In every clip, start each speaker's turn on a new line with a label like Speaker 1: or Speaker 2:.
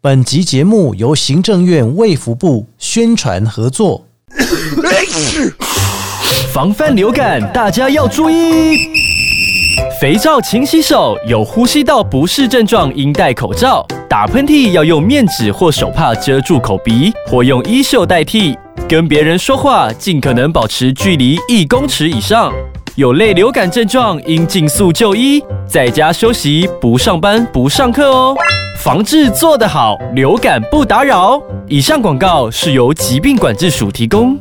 Speaker 1: 本集节目由行政院卫福部宣传合作。
Speaker 2: 防范流感，大家要注意。肥皂勤洗手，有呼吸道不适症状应戴口罩。打喷嚏要用面纸或手帕遮住口鼻，或用衣袖代替。跟别人说话，尽可能保持距离一公尺以上。有类流感症状，应尽速就医，在家休息，不上班，不上课哦。防治做得好，流感不打扰。以上广告是由疾病管制署提供。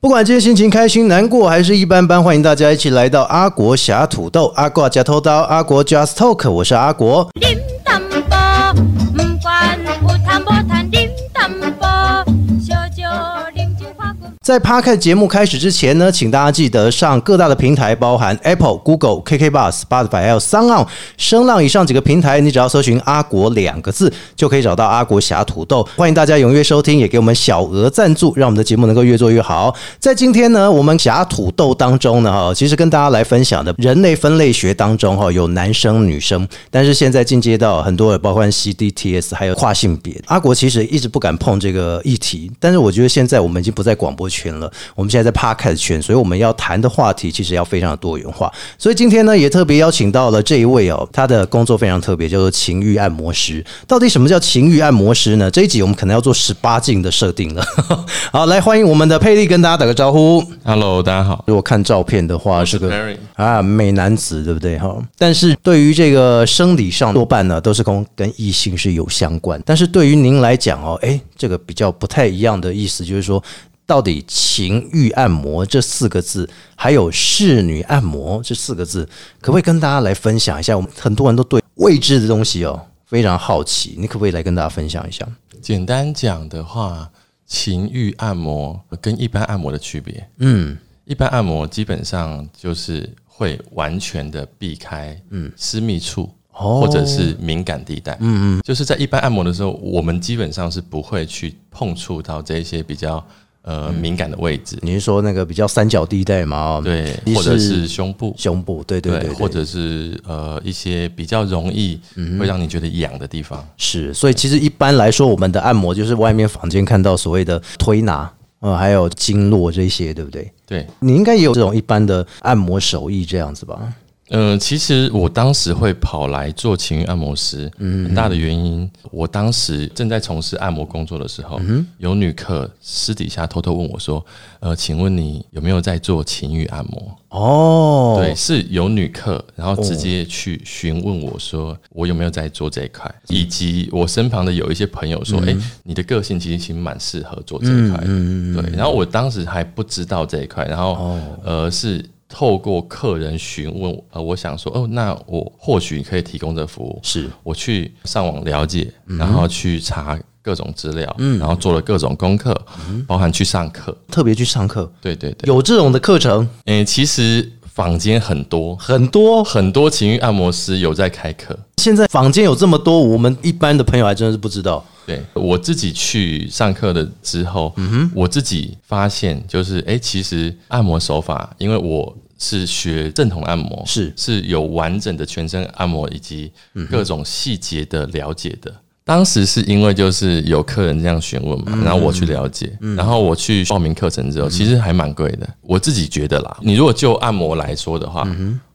Speaker 1: 不管今天心情开心、难过还是一般般，欢迎大家一起来到阿国侠土豆、阿国夹头刀、阿国 Just Talk，我是阿国。
Speaker 3: điểm tâm bò Mừng quan u tham bò than điểm tâm bò cho cho điểm chữ khoa của
Speaker 1: 在 p a r k 节目开始之前呢，请大家记得上各大的平台，包含 Apple、Google、KK Bus、Spotify 还有 s o n On、声浪以上几个平台，你只要搜寻“阿国”两个字，就可以找到阿国侠土豆。欢迎大家踊跃收听，也给我们小额赞助，让我们的节目能够越做越好。在今天呢，我们侠土豆当中呢，哈，其实跟大家来分享的人类分类学当中，哈，有男生女生，但是现在进阶到很多的，包括 CDTS 还有跨性别。阿国其实一直不敢碰这个议题，但是我觉得现在我们已经不在广播圈了，我们现在在 Podcast 圈，所以我们要谈的话题其实要非常的多元化。所以今天呢，也特别邀请到了这一位哦，他的工作非常特别，叫做情欲按摩师。到底什么叫情欲按摩师呢？这一集我们可能要做十八禁的设定了。 好，来欢迎我们的佩丽跟大家打个招呼。
Speaker 4: Hello，大家好。
Speaker 1: 如果看照片的话，是个
Speaker 4: Barry
Speaker 1: 啊美男子，对不对哈？但是对于这个生理上，多半呢都是跟跟异性是有相关。但是对于您来讲哦，哎，这个比较不太一样的意思，就是说，到底情欲按摩这四个字，还有侍女按摩这四个字，可不可以跟大家来分享一下？我们很多人都对未知的东西哦非常好奇，你可不可以来跟大家分享一下？
Speaker 4: 简单讲的话，情欲按摩跟一般按摩的区别，
Speaker 1: 嗯，
Speaker 4: 一般按摩基本上就是会完全的避开嗯私密处。
Speaker 1: 哦
Speaker 4: 或者是敏感地带，嗯嗯，就是在一般按摩的时候，我们基本上是不会去碰触到这一些比较呃、
Speaker 1: 嗯
Speaker 4: 敏感的位置，
Speaker 1: 你是说那个比较三角地带嘛？哦
Speaker 4: 对
Speaker 1: 你，
Speaker 4: 或者是胸部，
Speaker 1: 胸部，对对对嗯对，
Speaker 4: 或者是呃一些比较容易会让你觉得痒的地方，
Speaker 1: 是，所以其实一般来说，我们的按摩就是外面房间看到所谓的推拿，呃，还有经络这些，对不对？
Speaker 4: 对，
Speaker 1: 你应该也有这种一般的按摩手艺这样子吧？
Speaker 4: 呃，其实我当时会跑来做情欲按摩师，很大的原因，我当时正在从事按摩工作的时候，有女客私底下偷偷问我说：“呃，请问你有没有在做情欲按摩？”
Speaker 1: 哦，
Speaker 4: 对，，是有女客，然后直接去询问我说我有没有在做这一块，以及我身旁的有一些朋友说，哎、你的个性其实其实蛮适合做这一块的，对。然后我当时还不知道这一块，然后、呃是。透过客人询问我，呃，我想说，哦，那我或许可以提供这服务，
Speaker 1: 是
Speaker 4: 我去上网了解，然后去查各种资料，然后做了各种功课，包含去上课，
Speaker 1: 特别去上课，
Speaker 4: 对对对。
Speaker 1: 有这种的课程
Speaker 4: 诶、其实坊间很多，
Speaker 1: 很多。
Speaker 4: 很多情欲按摩师有在开课。
Speaker 1: 现在坊间有这么多，我们一般的朋友还真的是不知道。
Speaker 4: 对我自己去上课了之后，我自己发现就是，哎、其实按摩手法，因为我是学正统按摩，
Speaker 1: 是
Speaker 4: 是有完整的全身按摩以及各种细节的了解的。当时是因为就是有客人这样询问嘛，然后我去了解，然后我去报名课程之后，其实还蛮贵的。我自己觉得啦，你如果就按摩来说的话，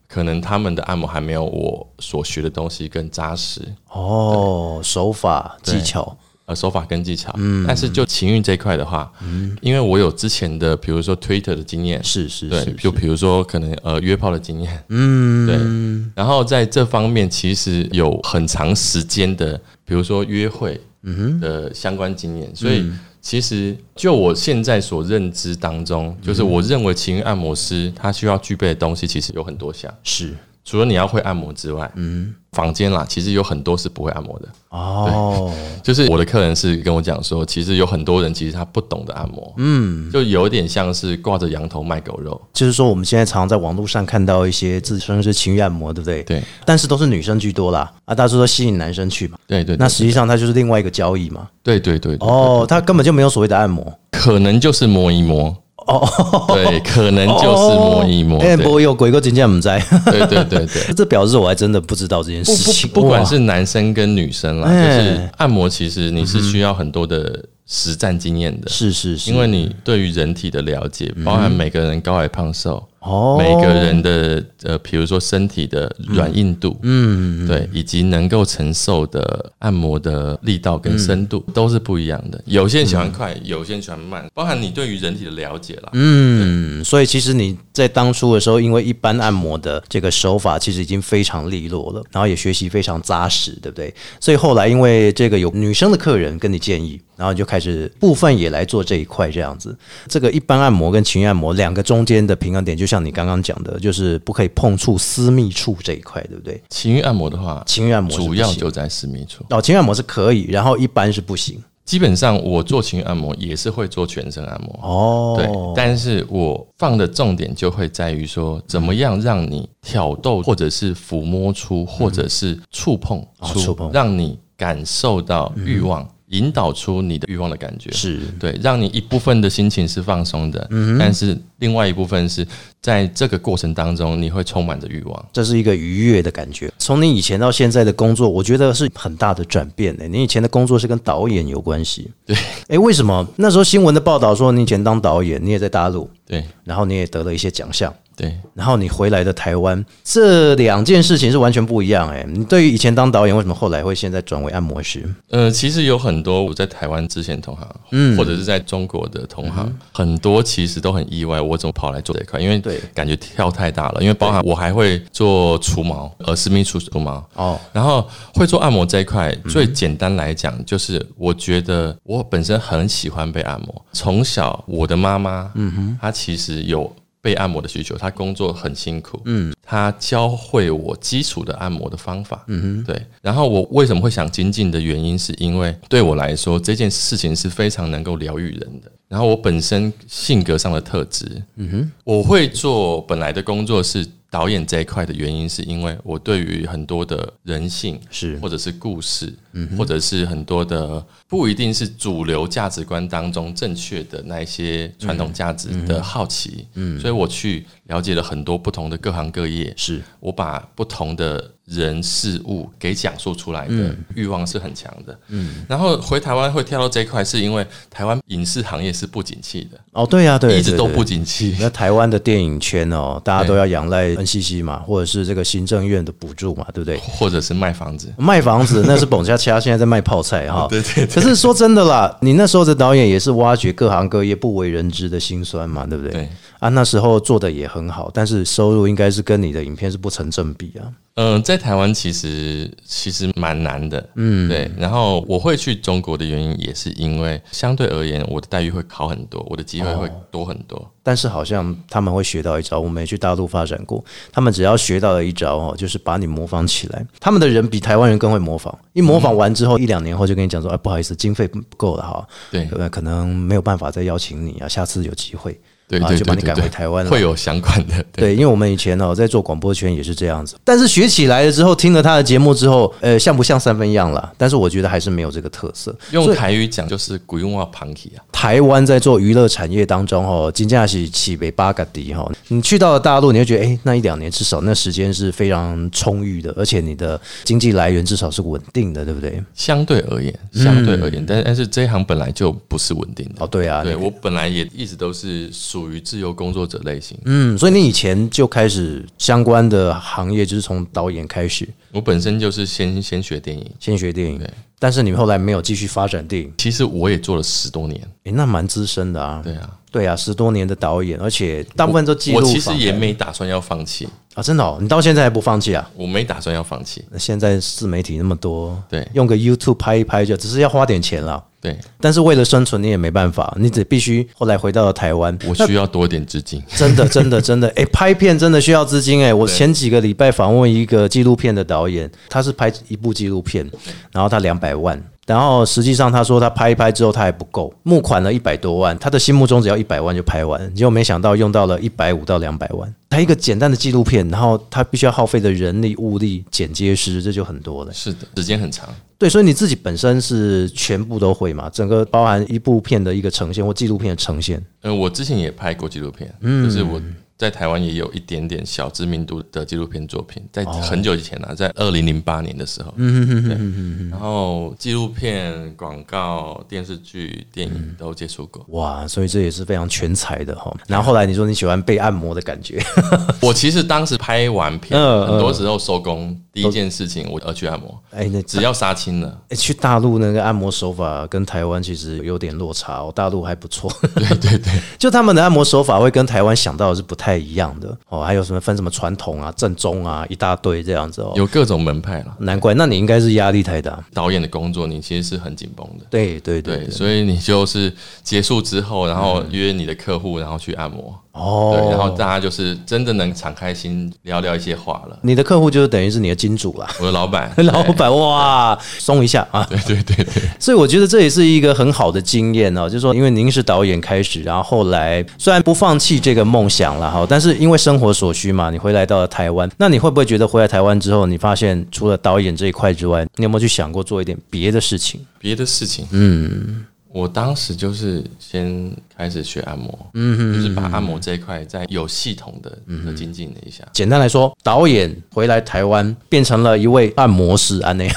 Speaker 4: 可能他们的按摩还没有我所学的东西更扎实。
Speaker 1: 哦，手法技巧，
Speaker 4: 呃手法跟技巧。
Speaker 1: 嗯
Speaker 4: 但是就情欲这一块的话，因为我有之前的，比如说 Twitter 的经验，
Speaker 1: 是是
Speaker 4: 对，
Speaker 1: 是，
Speaker 4: 就比如说可能呃约炮的经验，嗯，对。然后在这方面其实有很长时间的，比如说约会
Speaker 1: 嗯
Speaker 4: 的相关经验，所以。其实，就我现在所认知当中，
Speaker 1: 嗯
Speaker 4: 就是我认为情欲按摩师他需要具备的东西，其实有很多项。
Speaker 1: 是
Speaker 4: 除了你要会按摩之外，嗯，房间啦，其实有很多是不会按摩的。
Speaker 1: 哦，
Speaker 4: 就是我的客人是跟我讲说，其实有很多人其实他不懂得按摩，嗯，就有点像是挂着羊头卖狗肉，
Speaker 1: 就是说我们现在常常在网络上看到一些自称是情欲按摩，对不对？
Speaker 4: 对
Speaker 1: 但是都是女生居多啦，啊，大家都吸引男生去嘛。
Speaker 4: 对对，
Speaker 1: 那实际上它就是另外一个交易嘛。哦
Speaker 4: 对对对对，
Speaker 1: 哦，它根本就没有所谓的按摩。
Speaker 4: 可能就是摸一摸，
Speaker 1: 哦，
Speaker 4: 对，可能嗯就是摸一摸。
Speaker 1: 哎，
Speaker 4: 对
Speaker 1: 我有鬼，我真正不知道。
Speaker 4: 对对对对，
Speaker 1: 这表示我还真的不知道这件
Speaker 4: 不
Speaker 1: 事情。
Speaker 4: 不不管
Speaker 1: 哇
Speaker 4: 是男生跟女生啦，
Speaker 1: 哎
Speaker 4: 就是按摩，其实你是需要很多的实战经验的，
Speaker 1: 是是是，
Speaker 4: 因为你对于人体的了解，包含每个人高矮胖瘦，
Speaker 1: 哦
Speaker 4: 每个人的呃，比如说身体的软硬度，嗯，对，以及能够承受的按摩的力道跟深
Speaker 1: 嗯
Speaker 4: 度都是不一样的。有些人喜欢快，有些人喜欢慢，包含你对于人体的了解啦。
Speaker 1: 嗯，所以其实你在当初的时候，因为一般按摩的这个手法其实已经非常利落了，然后也学习非常扎实，对不对？所以后来因为这个有女生的客人跟你建议，然后你就开始部分也来做这一块这样子。这个一般按摩跟情欲按摩两个中间的平衡点，就像你刚刚讲的，就是不可以碰触私密处这一块，对不对？
Speaker 4: 情欲按摩的话，
Speaker 1: 情欲按摩是不
Speaker 4: 主要
Speaker 1: 行
Speaker 4: 就在私密处。
Speaker 1: 哦，情欲按摩是可以，然后一般是不行
Speaker 4: 基本上我做情欲按摩也是会做全身按摩，
Speaker 1: 哦。
Speaker 4: 对，但是我放的重点就会在于说，怎么样让你挑逗，或者是抚摸出，或者是触碰
Speaker 1: 哦
Speaker 4: 出，
Speaker 1: 触碰嗯
Speaker 4: 让你感受到欲望，引导出你的欲望的感觉，
Speaker 1: 是嗯
Speaker 4: 对，让你一部分的心情是放松的，但是另外一部分是在这个过程当中，你会充满着欲望。
Speaker 1: 这是一个愉悦的感觉。从你以前到现在的工作，我觉得是很大的转变的。你以前的工作是跟导演有关系，对？哎，为什么那时候新闻的报道说你以前当导演，你也在大陆，
Speaker 4: 对
Speaker 1: 然后你也得了一些奖项，
Speaker 4: 对，
Speaker 1: 然后你回来的台湾，这两件事情是完全不一样哎。你对于以前当导演，为什么后来会现在转为按摩师？
Speaker 4: 呃，其实有很多我在台湾之前同行，或者是在中国的同行，很多其实都很意外，我怎么跑来做这一块？因为
Speaker 1: 对
Speaker 4: 感觉跳太大了，因为包含我还会做除毛，呃，私密处除毛。
Speaker 1: 哦，
Speaker 4: 然后会做按摩这一块，最简单来讲，就是我觉得我本身很喜欢被按摩。从小我的妈妈，嗯哼，她其实有被按摩的需求，她工作很辛苦，嗯，她教会我基础的按摩的方法，嗯哼，对。然后我为什么会想精进的原因，是因为对我来说这件事情是非常能够疗愈人的。然后我本身性格上的特质，嗯哼，我会做本来的工作是导演这一块的原因，是因为我对于很多的人性
Speaker 1: 是
Speaker 4: 或者是故事，
Speaker 1: 嗯
Speaker 4: 或者是很多的不一定是主流价值观当中正确的那一些传统价值
Speaker 1: 嗯
Speaker 4: 的好奇，所以我去了解了很多不同的各行各业，
Speaker 1: 是
Speaker 4: 我把不同的人事物给讲述出来
Speaker 1: 嗯
Speaker 4: 的欲望是很强的，然后回台湾会跳到这一块，是因为台湾影视行业是不景气的，
Speaker 1: 哦，对呀、对，
Speaker 4: 一直
Speaker 1: 对
Speaker 4: 都
Speaker 1: 对
Speaker 4: 不景气，
Speaker 1: 那台湾的电影圈哦，大家都要仰赖 NCC 嘛，或者是这个行政院的补助嘛，对不对？
Speaker 4: 或者是卖房子。
Speaker 1: 卖房子那是蹦恰恰，现在在卖泡菜 哈。对对可是说真的啦，你那时候的导演也是挖掘各行各业不为人知的辛酸嘛，对不对？
Speaker 4: 对。
Speaker 1: 啊，那时候做的也很好，但是收入应该是跟你的影片是不成正比啊。
Speaker 4: 嗯、在台湾其实其实蛮难的，嗯，对。然后我会去中国的原因，也是因为相对而言，我的待遇会好很多，我的机会会
Speaker 1: 哦
Speaker 4: 多很多。
Speaker 1: 但是好像他们会学到一招，我们也去大陆发展过，他们只要学到了一招哦，就是把你模仿起来。他们的人比台湾人更会模仿，一
Speaker 4: 嗯
Speaker 1: 模仿完之后，一两年后就跟你讲说，哎，不好意思，经费不够了哈，
Speaker 4: 对
Speaker 1: 呃，可能没有办法再邀请你啊，下次有机会。
Speaker 4: 对
Speaker 1: 啊
Speaker 4: 对
Speaker 1: 就
Speaker 4: 对
Speaker 1: 把你
Speaker 4: 对
Speaker 1: 赶回
Speaker 4: 对，
Speaker 1: 台湾了。
Speaker 4: 会有相关的，
Speaker 1: 对，
Speaker 4: 对
Speaker 1: 因为我们以前哦在做广播圈也是这样子，但是学起来了之后，听了他的节目之后，呃，像不像三分样啦？但是我觉得还是没有这个特色。
Speaker 4: 用台语讲就是“鬼用话 punky” 啊，
Speaker 1: 台湾在做娱乐产业当中哦，金价是起北八嘎迪哈，你去到了大陆，你会觉得诶，那一两年至少那时间是非常充裕的，而且你的经济来源至少是稳定的，对不对？
Speaker 4: 相对而言，
Speaker 1: 嗯
Speaker 4: 相对而言，但但是这一行本来就不是稳定的。
Speaker 1: 哦，对啊，
Speaker 4: 对
Speaker 1: 你
Speaker 4: 我本来也一直都是属于自由工作者类型，
Speaker 1: 嗯，所以你以前就开始相关的行业，就是从导演开始，
Speaker 4: 我本身就是先先学电影，
Speaker 1: 先学电影
Speaker 4: 对，
Speaker 1: 但是你后来没有继续发展电影，
Speaker 4: 其实我也做了十多年，
Speaker 1: 诶，那蛮资深的啊。
Speaker 4: 对啊，
Speaker 1: 对啊，十多年的导演，而且大部分都记录
Speaker 4: 我
Speaker 1: 访谈。
Speaker 4: 其实也没打算要放弃，
Speaker 1: 啊，真的、哦，你到现在还不放弃啊？
Speaker 4: 我没打算要放弃，
Speaker 1: 那现在自媒体那么多，
Speaker 4: 对
Speaker 1: 用个 YouTube 拍一拍就，只是要花点钱啦。
Speaker 4: 对
Speaker 1: 但是为了生存，你也没办法，你只必须后来回到了台湾。
Speaker 4: 我需要多一点资金，
Speaker 1: 真的，真的，真的，哎、拍片真的需要资金哎、我前几个礼拜访问一个纪录片的导演，他是拍一部纪录片，然后他两百万。然后实际上他说他拍一拍之后他还不够，募款了一百多万，他的心目中只要一百万就拍完了，结果没想到用到了一百五到两百万。他一个简单的纪录片，然后他必须要耗费的人力、物力、剪接师，这就很多了。
Speaker 4: 是的，时间很长。
Speaker 1: 对，所以你自己本身是全部都会嘛？整个包含一部片的一个呈现或纪录片的呈现，
Speaker 4: 呃，我之前也拍过纪录片，
Speaker 1: 嗯
Speaker 4: 就是我在台湾也有一点点小知名度的纪录片作品，
Speaker 1: 哦
Speaker 4: 在很久以前呢、啊，在二零零八年的时候，
Speaker 1: 嗯
Speaker 4: 对，然后纪录片、广告、电视剧、电影都接触过。
Speaker 1: 哇，所以这也是非常全才的哈。然后后来你说你喜欢被按摩的感觉，
Speaker 4: 我其实当时拍完片，
Speaker 1: 嗯
Speaker 4: 很多时候收工第一件事情我要去按摩，
Speaker 1: 哎，那
Speaker 4: 只要杀青 了，
Speaker 1: 哎去大陆那个按摩手法跟台湾其实有点落差哦，大陆还不错。
Speaker 4: 对对对，
Speaker 1: 就他们的按摩手法会跟台湾想到的是不太一样的哦，还有什么分什么传统啊、正宗啊，一大堆这样子哦。
Speaker 4: 有各种门派了。
Speaker 1: 难怪，那你应该是压力太大。
Speaker 4: 导演的工作你其实是很紧绷的，
Speaker 1: 对对对嗯
Speaker 4: 对，所以你就是结束之后，然后约你的客户，然后去按摩。
Speaker 1: 哦，
Speaker 4: 对，然后大家就是真的能敞开心聊聊一些话 了。
Speaker 1: 你的客户就是等于是你的金主啦。，
Speaker 4: 我的老板
Speaker 1: 老板哇，松一下啊！
Speaker 4: 对，对对对对，
Speaker 1: 所以我觉得这也是一个很好的经验哦，就是说，因为您是导演开始，然后后来虽然不放弃这个梦想了哈，但是因为生活所需嘛，你回来到了台湾，那你会不会觉得回来台湾之后，你发现除了导演这一块之外，你有没有去想过做一点别的事情？
Speaker 4: 别的事情，嗯，我当时就是先开始学按摩，嗯就是把按摩这一块再有系统的
Speaker 1: 嗯
Speaker 4: 的精进了一下。
Speaker 1: 简单来说，导演回来台湾变成了一位按摩师安内。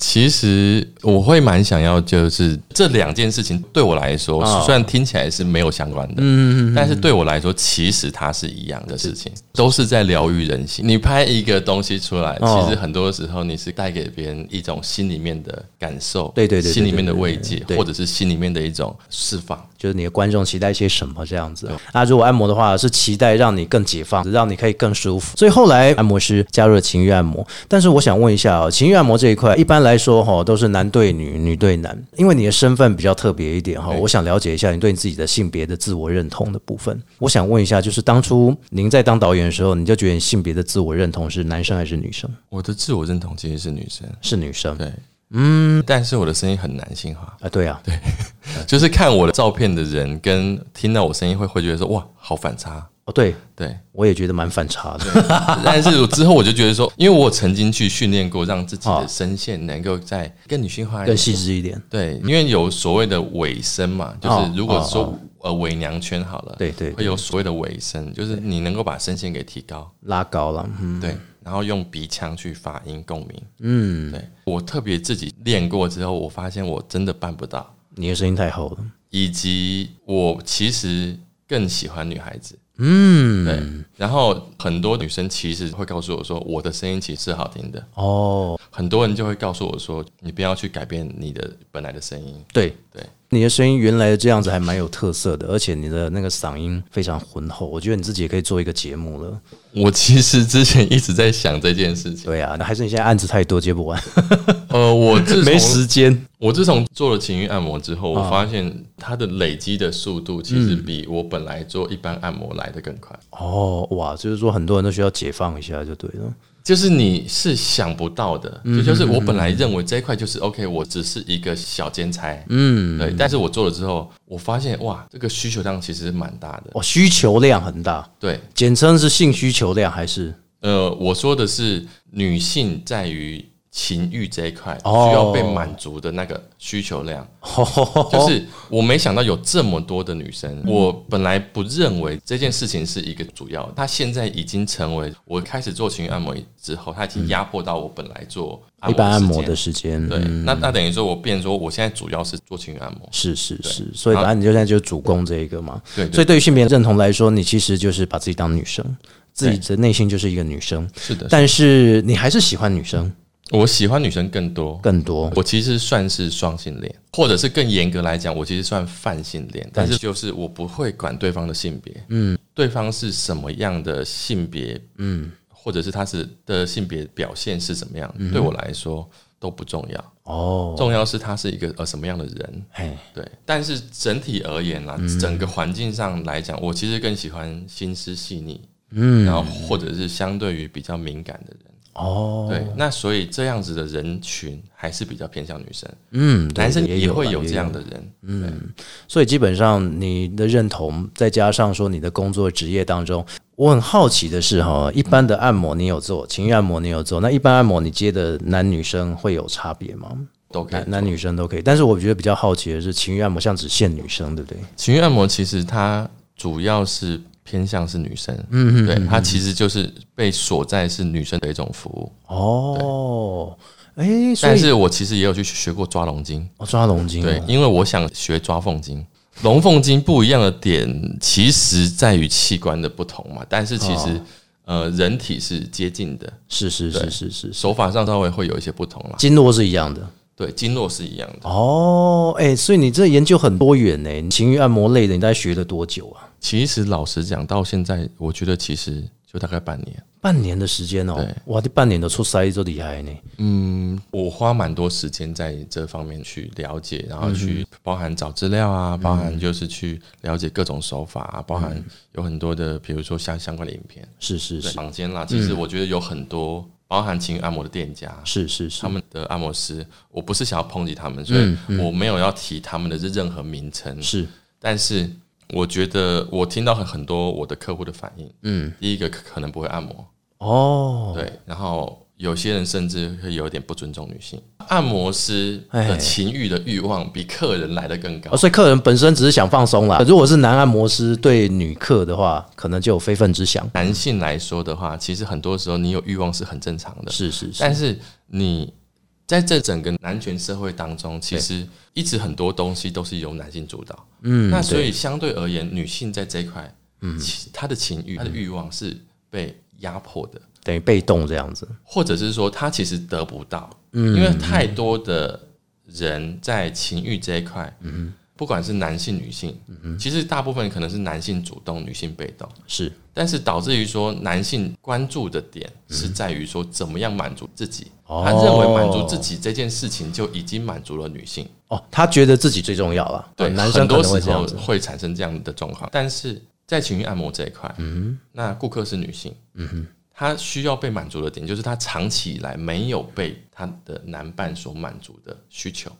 Speaker 4: 其实我会蛮想要，就是这两件事情对我来说，
Speaker 1: 哦
Speaker 4: 虽然听起来是没有相关的，嗯，但是对我来说，其实它是一样的事情，都是在疗愈人心。你拍一个东西出来，
Speaker 1: 哦
Speaker 4: 其实很多时候你是带给别人一种心里面的感受，
Speaker 1: 对对对对
Speaker 4: 心里面的慰藉，
Speaker 1: 对
Speaker 4: 或者是心里面的一种释放。
Speaker 1: 就是你的观众期待些什么这样子。那如果按摩的话，是期待让你更解放，让你可以更舒服。所以后来按摩师加入了情欲按摩，但是我想问一下哦，情欲按摩这一块，一般来说哈、都是男对女，女对男，因为你的身份比较特别一点哈、
Speaker 4: 对
Speaker 1: 我想了解一下你对你自己的性别的自我认同的部分。我想问一下，就是当初您在当导演的时候，你就觉得你性别的自我认同是男生还是女生？
Speaker 4: 我的自我认同其实是女生，
Speaker 1: 是女生。
Speaker 4: 对，嗯，但是我的声音很男性化，
Speaker 1: 啊，对啊，对
Speaker 4: 就是看我的照片的人跟听到我声音会会觉得说，哇，好反差，
Speaker 1: 哦，对
Speaker 4: 对。
Speaker 1: 我也觉得蛮反差的。
Speaker 4: 但是我之后我就觉得说，因为我曾经去训练过，让自己的声线能够再更女性化一
Speaker 1: 更
Speaker 4: 点。
Speaker 1: 细致一点。
Speaker 4: 对，因为有所谓的尾声嘛，就是如果
Speaker 1: 哦
Speaker 4: 说呃伪娘圈好了，
Speaker 1: 对对对
Speaker 4: 会有所谓的尾声，就是你能够把声线给提高，
Speaker 1: 拉高了，嗯，
Speaker 4: 对，然后用鼻腔去发音共鸣。嗯，对我特别自己练过之后，我发现我真的办不到，
Speaker 1: 你的声音太厚了，
Speaker 4: 以及我其实更喜欢女孩子。
Speaker 1: 嗯，
Speaker 4: 对，然后很多女生其实会告诉我说，我的声音其实是好听的。
Speaker 1: 哦，
Speaker 4: 很多人就会告诉我说，你不要去改变你的本来的声音。
Speaker 1: 对
Speaker 4: 对，
Speaker 1: 你的声音原来这样子还蛮有特色的，而且你的那个嗓音非常浑厚，我觉得你自己也可以做一个节目了。
Speaker 4: 我其实之前一直在想这件事情。
Speaker 1: 对啊，那还是你现在案子太多接不完，
Speaker 4: 呃，我自
Speaker 1: 没
Speaker 4: 从啊
Speaker 1: 时间。
Speaker 4: 我自从做了情欲按摩之后，我发现它的累积的速度其实比我本来做一般按摩来的更快。
Speaker 1: 哦，哇，就是说很多人都需要解放一下就对了。
Speaker 4: 就是你是想不到的，就就是我本来认为这一块就是 OK，我只是一个小兼差，嗯，对。但是我做了之后，我发现哇，这个需求量其实蛮大的。
Speaker 1: 哦，需求量很大，
Speaker 4: 对，
Speaker 1: 简称是性需求量还 是？
Speaker 4: 呃，我说的是女性在于情欲这一块需
Speaker 1: 哦
Speaker 4: 要被满足的那个需求量，就是我没想到有这么多的女生，我本来不认为这件事情是一个主要，它现在已经成为我开始做情欲按摩之后，它已经压迫到我本来做
Speaker 1: 嗯一般按摩
Speaker 4: 时间
Speaker 1: 的时间，
Speaker 4: 对，
Speaker 1: 嗯
Speaker 4: 那那等于说我变成说，我现在主要是做情绪按摩，
Speaker 1: 是是是，所以
Speaker 4: 好
Speaker 1: 反正你就现在就是主攻这一个嘛。
Speaker 4: 对对
Speaker 1: 所以对于性别认同来说，你其实就是把自己当女生，自己的内心就是一个女生，
Speaker 4: 是的
Speaker 1: 但是你还是喜欢女生
Speaker 4: 我喜欢女生更多。
Speaker 1: 更多。
Speaker 4: 我其实算是双性恋，或者是更严格来讲，我其实算泛性恋。但是就是我不会管对方的性别，嗯，对方是什么样的性别，嗯，或者是他是的性别表现是怎么样，对我来说都不重要。
Speaker 1: 哦，
Speaker 4: 重要是他是一个呃什么样的人，
Speaker 1: 哎，
Speaker 4: 对。但是整体而言啦，整个环境上来讲，我其实更喜欢心思细腻，嗯，然后或者是相对于比较敏感的人。
Speaker 1: 哦，
Speaker 4: 对，那所以这样子的人群还是比较偏向女生，
Speaker 1: 嗯，对
Speaker 4: 男生
Speaker 1: 也
Speaker 4: 也会
Speaker 1: 啦
Speaker 4: 有这样
Speaker 1: 也
Speaker 4: 的人。嗯，
Speaker 1: 所以基本上你的认同，再加上说你的工作职业当中，我很好奇的是哈，一般的按摩你有做，情欲按摩你有做，那一般按摩你接的男女生会有差别吗？
Speaker 4: 都可以
Speaker 1: 男。男女生都可以，但是我觉得比较好奇的是，情欲按摩像只限女生，对不对？
Speaker 4: 情欲按摩其实它主要是偏向是女生，嗯嗯，对，它其实就是被锁在是女生的一种服务。
Speaker 1: 哦，哎，所
Speaker 4: 但
Speaker 1: 以
Speaker 4: 是我其实也有去学过抓龙筋，
Speaker 1: 哦抓龙筋、哦，
Speaker 4: 对，因为我想学抓凤筋。龙凤筋不一样的点，其实在于器官的不同嘛，但是其实、呃，人体是接近的，
Speaker 1: 是是是是是，
Speaker 4: 手法上稍微会有一些不同啦。
Speaker 1: 经络是一样的。
Speaker 4: 对，经络是一样的。
Speaker 1: 哦，哎、所以你这研究很多元呢、你情欲按摩类的，你大概学了多久啊？
Speaker 4: 其实老实讲，到现在我觉得其实就大概半年。
Speaker 1: 半年的时间哦、
Speaker 4: 对
Speaker 1: 哇，这半年都出塞都厉害呢、
Speaker 4: 嗯，我花蛮多时间在这方面去了解，然后
Speaker 1: 嗯
Speaker 4: 去包含找资料啊，包含就是去了解各种手法
Speaker 1: 嗯
Speaker 4: 啊，包含有很多的，比如说相相关的影片、
Speaker 1: 是是
Speaker 4: 对
Speaker 1: 是
Speaker 4: 房间啦。其实我觉得有很多包含情侣按摩的店家，
Speaker 1: 是是是
Speaker 4: 他，们的按摩师，我不是想要抨击他们，所以我没有要提他们的任何名称，
Speaker 1: 嗯是
Speaker 4: 但是我觉得我听到很很多我的客户的反应，嗯，第一个可可能不会按摩，
Speaker 1: 哦，
Speaker 4: 对，然后有些人甚至会有点不尊重女性。按摩师的情欲的欲望比客人来的更高
Speaker 1: 哦，所以客人本身只是想放松啦。如果是男按摩师对女客的话，可能就有非分之想。
Speaker 4: 男性来说的话，其实很多时候你有欲望是很正常的，
Speaker 1: 是是是，
Speaker 4: 但是你在这整个男权社会当中，其实一直很多东西都是由男性主导。嗯，那所以相对而言，女性在这一块，嗯，她的情欲、她的欲望是被压迫的。
Speaker 1: 等于被动这样子。
Speaker 4: 或者是说他其实得不到，
Speaker 1: 嗯
Speaker 4: 因为太多的人在情欲这一块，
Speaker 1: 嗯
Speaker 4: 不管是男性女性，其实大部分可能是男性主动，女性被动，
Speaker 1: 是
Speaker 4: 但是导致于说男性关注的点是在于说怎么样满足自己，
Speaker 1: 哦
Speaker 4: 他认为满足自己这件事情就已经满足了女性，
Speaker 1: 哦，他觉得自己最重要了。
Speaker 4: 对，
Speaker 1: 男生
Speaker 4: 很
Speaker 1: 可
Speaker 4: 多
Speaker 1: 能会
Speaker 4: 时
Speaker 1: 这
Speaker 4: 候
Speaker 1: 样子。
Speaker 4: 会产生这样的状况，但是在情欲按摩这一块，嗯，那顾客是女性，嗯哼，她需要被满足的点就是她长期以来没有被她的男伴所满足的需求，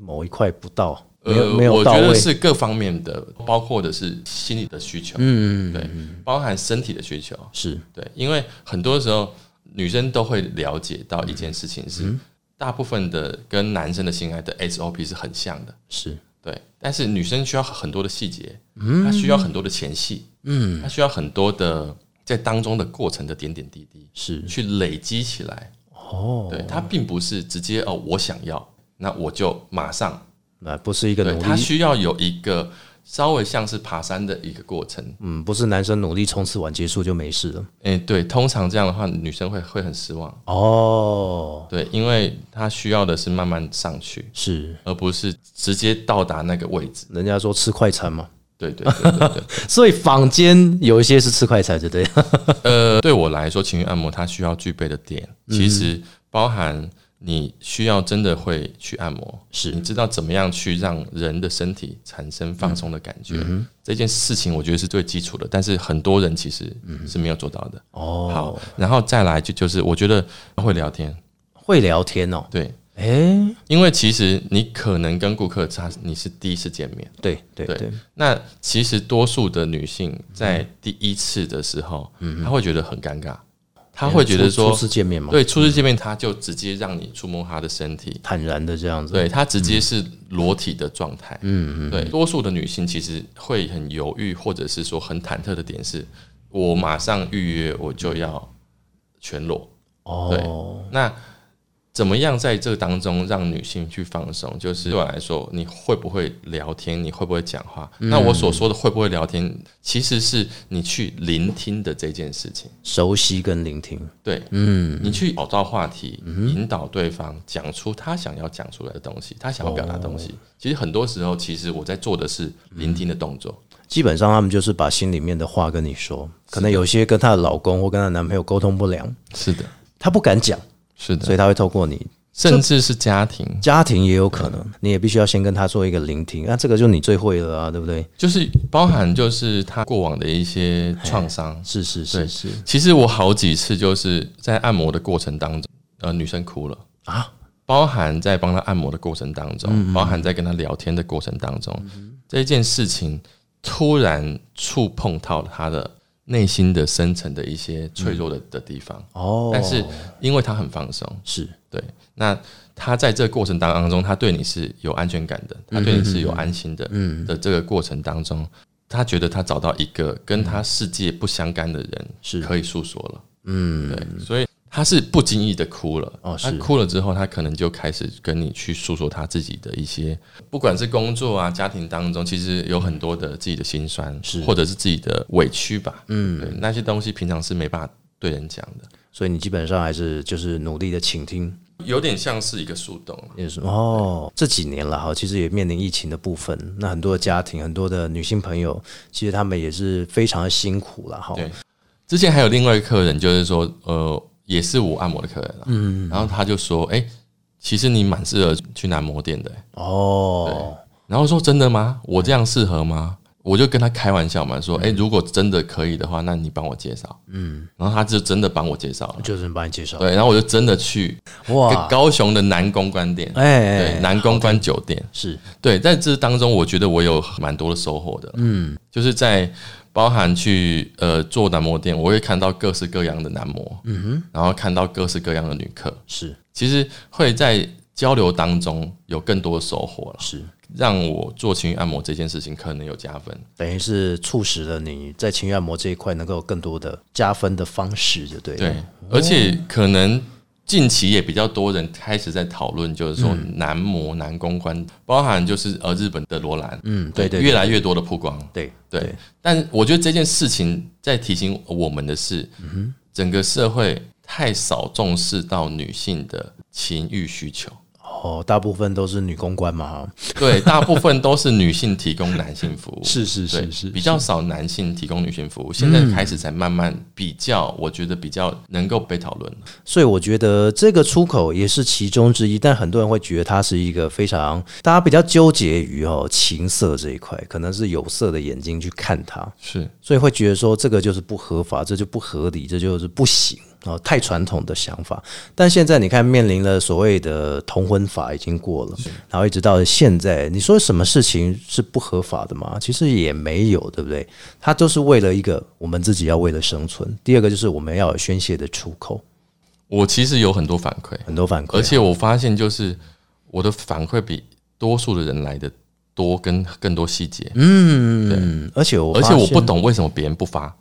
Speaker 1: 某一块不到，没有、没
Speaker 4: 呃我
Speaker 1: 有到
Speaker 4: 觉得
Speaker 1: 位。
Speaker 4: 是各方面的，包括的是心理的需求，嗯，对，包含身体的需求，
Speaker 1: 是
Speaker 4: 对，因为很多时候女生都会了解到一件事情
Speaker 1: 嗯
Speaker 4: 是，大部分的跟男生的性爱的 SOP 是很像的。
Speaker 1: 是
Speaker 4: 对，但是女生需要很多的细节，她需要很多的前戏，嗯，她需要很多的在当中的过程的点点滴滴
Speaker 1: 是
Speaker 4: 去累积起来。
Speaker 1: 嗯哦，
Speaker 4: 对，她并不是直接哦，我想要，那我就马上。
Speaker 1: 那不是一个
Speaker 4: 对，
Speaker 1: 努
Speaker 4: 她
Speaker 1: 力，
Speaker 4: 需要有一个稍微像是爬山的一个过程。
Speaker 1: 嗯，不是男生努力冲刺完结束就没事了。
Speaker 4: 诶，对，通常这样的话，女生会会很失望。
Speaker 1: 哦，
Speaker 4: 对，因为她需要的是慢慢上去，
Speaker 1: 是
Speaker 4: 而不是直接到达那个位置。
Speaker 1: 人家说吃快餐嘛，
Speaker 4: 对对对对对。
Speaker 1: 所以坊间有一些是吃快餐，对不对？
Speaker 4: 呃，对 我来说，情绪按摩它需要具备的点，
Speaker 1: 嗯
Speaker 4: 其实包含你需要真的会去按摩，
Speaker 1: 是
Speaker 4: 你知道怎么样去让人的身体产生放松的感
Speaker 1: 嗯
Speaker 4: 觉。这件事情我觉得是最基础的，但是很多人其实
Speaker 1: 嗯
Speaker 4: 是没有做到的。
Speaker 1: 哦，
Speaker 4: 好，然后再来就就是我觉得会聊天，
Speaker 1: 会聊天哦，
Speaker 4: 对，
Speaker 1: 哎、
Speaker 4: 因为其实你可能跟顾客他你是第一次见面。
Speaker 1: 对对
Speaker 4: 对
Speaker 1: 对，
Speaker 4: 那其实多数的女性在第一次的时候，
Speaker 1: 嗯
Speaker 4: 她会觉得很尴尬，她会觉得说
Speaker 1: 初初次见面嘛，
Speaker 4: 对，初次见面他就直接让你触摸他的身体，
Speaker 1: 坦然的这样子，
Speaker 4: 对他直接是裸体的状态。嗯嗯，对，多数的女性其实会很犹豫，或者是说很忐忑的点是，我马上预约我就要全裸。
Speaker 1: 哦，
Speaker 4: 那怎么样在这当中让女性去放松？就是对我来说，你会不会聊天？你会不会讲话？那我所说的会不会聊天，其实是你去聆听的这件事情。
Speaker 1: 熟悉跟聆听，
Speaker 4: 对，嗯，你去找到话题，引导对方讲出他想要讲出来的东西，他想要表达的东西。其实很多时候，其实我在做的是聆听的动作。
Speaker 1: 基本上他们就是把心里面的话跟你说，可能有些跟她的老公或跟她的男朋友沟通不良，
Speaker 4: 是的，
Speaker 1: 她不敢讲，
Speaker 4: 是
Speaker 1: 所以，她会透过你
Speaker 4: 甚至是家庭，
Speaker 1: 家庭也有可能，你也必须要先跟他做一个聆听。那、这个就你最会了啊，对不对？
Speaker 4: 就是包含就是他过往的一些创伤。
Speaker 1: 是是
Speaker 4: 对
Speaker 1: 是是
Speaker 4: 其实我好几次就是在按摩的过程当中，呃，女生哭了
Speaker 1: 啊，
Speaker 4: 包含在帮她按摩的过程当中，包含在跟她聊天的过程当中，这一件事情突然触碰到她的内心的深层的一些脆弱的、的地方。
Speaker 1: 哦，
Speaker 4: 但是因为她很放松，
Speaker 1: 是
Speaker 4: 对，那他在这个过程当中，他对你是有安全感的，他对你是有安心的，
Speaker 1: 嗯
Speaker 4: 的这个过程当中，他觉得他找到一个跟他世界不相干的人，
Speaker 1: 嗯是
Speaker 4: 可以诉说了，
Speaker 1: 嗯，
Speaker 4: 对，所以他是不经意的哭了，
Speaker 1: 哦
Speaker 4: 他
Speaker 1: 是
Speaker 4: 哭了之后，他可能就开始跟你去诉说他自己的一些，不管是工作啊、家庭当中，其实有很多的自己的心酸，
Speaker 1: 是
Speaker 4: 或者是自己的委屈吧，嗯，对，那些东西平常是没办法对人讲的。
Speaker 1: 所以你基本上还是就是努力的倾听。
Speaker 4: 有点像是一个树洞，
Speaker 1: 也是哦，这几年了哈，其实也面临疫情的部分，那很多的家庭、很多的女性朋友，其实他们也是非常的辛苦了哈。
Speaker 4: 对之前还有另外一个客人，就是说，呃，也是我按摩的客人、啊，嗯，然后他就说，哎、其实你蛮适合去男模店的、欸
Speaker 1: 哦，
Speaker 4: 然后说真的吗？我这样适合吗？我就跟他开玩笑嘛，说，哎、如果真的可以的话，那你帮我介绍，嗯，然后他就真的帮我介绍了，
Speaker 1: 就是帮你介绍
Speaker 4: 对，然后我就真的去
Speaker 1: 哇，
Speaker 4: 高雄的南公关店，
Speaker 1: 哎
Speaker 4: 对，南公关酒店，
Speaker 1: 是
Speaker 4: 对，在这当中，我觉得我有蛮多的收获的。嗯，就是在包含去呃做男模店，我会看到各式各样的男模，嗯哼，然后看到各式各样的女客，
Speaker 1: 是
Speaker 4: 其实会在交流当中有更多的收获了，
Speaker 1: 是，
Speaker 4: 让我做情欲按摩这件事情可能有加分。
Speaker 1: 等于是促使了你在情欲按摩这一块能够有更多的加分的方式，就对了。哦
Speaker 4: 对，而且可能近期也比较多人开始在讨论，就是说
Speaker 1: 嗯
Speaker 4: 男模、男公关，包含就是呃日本的罗兰，
Speaker 1: 嗯，对对
Speaker 4: 越来越多的曝光，
Speaker 1: 对
Speaker 4: 对，但我觉得这件事情在提醒我们的是，
Speaker 1: 嗯
Speaker 4: 整个社会太少重视到女性的情欲需求。
Speaker 1: 哦，大部分都是女公关嘛，哈
Speaker 4: 对，大部分都是女性提供男性服务，
Speaker 1: 是是是
Speaker 4: 对
Speaker 1: 是
Speaker 4: 比较少男性提供女性服务。现在开始才慢慢比较，我觉得比较能够被讨论了。
Speaker 1: 所以我觉得这个出口也是其中之一，但很多人会觉得它是一个非常大家比较纠结于哦情色这一块，可能是有色的眼睛去看它，
Speaker 4: 是
Speaker 1: 所以会觉得说这个就是不合法，这就不合理，这就是不行哦，太传统的想法。但现在你看，面临了所谓的同婚法已经过了，然后一直到现在，你说什么事情是不合法的吗？其实也没有，对不对？它都是为了一个我们自己要为了生存，第二个就是我们要有宣泄的出口，
Speaker 4: 我其实有很多反馈，
Speaker 1: 很多反馈啊、
Speaker 4: 而且我发现就是我的反馈比多数的人来的多，跟更多细节，
Speaker 1: 嗯，而且我
Speaker 4: 而且我
Speaker 1: 发
Speaker 4: 不
Speaker 1: 现
Speaker 4: 懂为什么别人不发。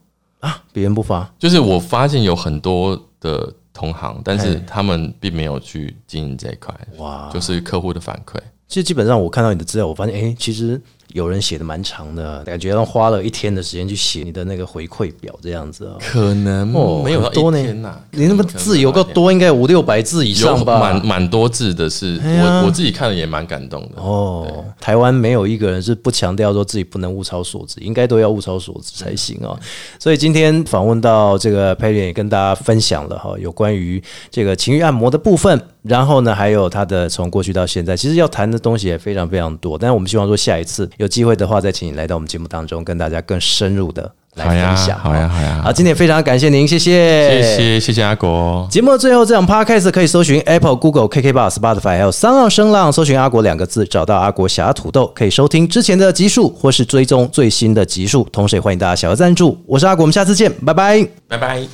Speaker 1: 别人不发，
Speaker 4: 就是我发现有很多的同行，但是他们并没有去经营这一块，
Speaker 1: 哇
Speaker 4: 就是客户的反馈。
Speaker 1: 其实基本上我看到你的资料，我发现，诶，其实有人写的蛮长的，感觉上花了一天的时间去写你的那个回馈表这样子啊、
Speaker 4: 可能
Speaker 1: 哦
Speaker 4: 没有到
Speaker 1: 很多呢
Speaker 4: 一天呐，
Speaker 1: 你那么
Speaker 4: 可能
Speaker 1: 字有够，多，应该有五六百字以
Speaker 4: 可能
Speaker 1: 上
Speaker 4: 有
Speaker 1: 吧
Speaker 4: 蛮？蛮多字的是，
Speaker 1: 呀
Speaker 4: 我我自己看了也蛮感动的。
Speaker 1: 哦，台湾没有一个人是不强调说自己不能物超所值，应该都要物超所值才行哦。
Speaker 4: 嗯
Speaker 1: 所以今天访问到这个佩莲，也跟大家分享了哈，有关于这个情欲按摩的部分，然后呢，还有他的从过去到现在，其实要谈的东西也非常非常多。但是我们希望说下一次有机会的话，再请你来到我们节目当中，跟大家更深入的来
Speaker 4: 好呀
Speaker 1: 分享。
Speaker 4: 好呀哦好呀
Speaker 1: 好，今天也非常感谢您，谢
Speaker 4: 谢谢谢谢阿国，
Speaker 1: 节目的最后，这档 podcast 可以搜寻 Apple、Google、KKBox、Spotify 还有三浪声浪，搜寻“阿国”两个字，找到阿国侠土豆，可以收听之前的集数，或是追踪最新的集数。同时，也欢迎大家小额赞助。我是阿国，我们下次见，拜拜。
Speaker 4: 拜拜。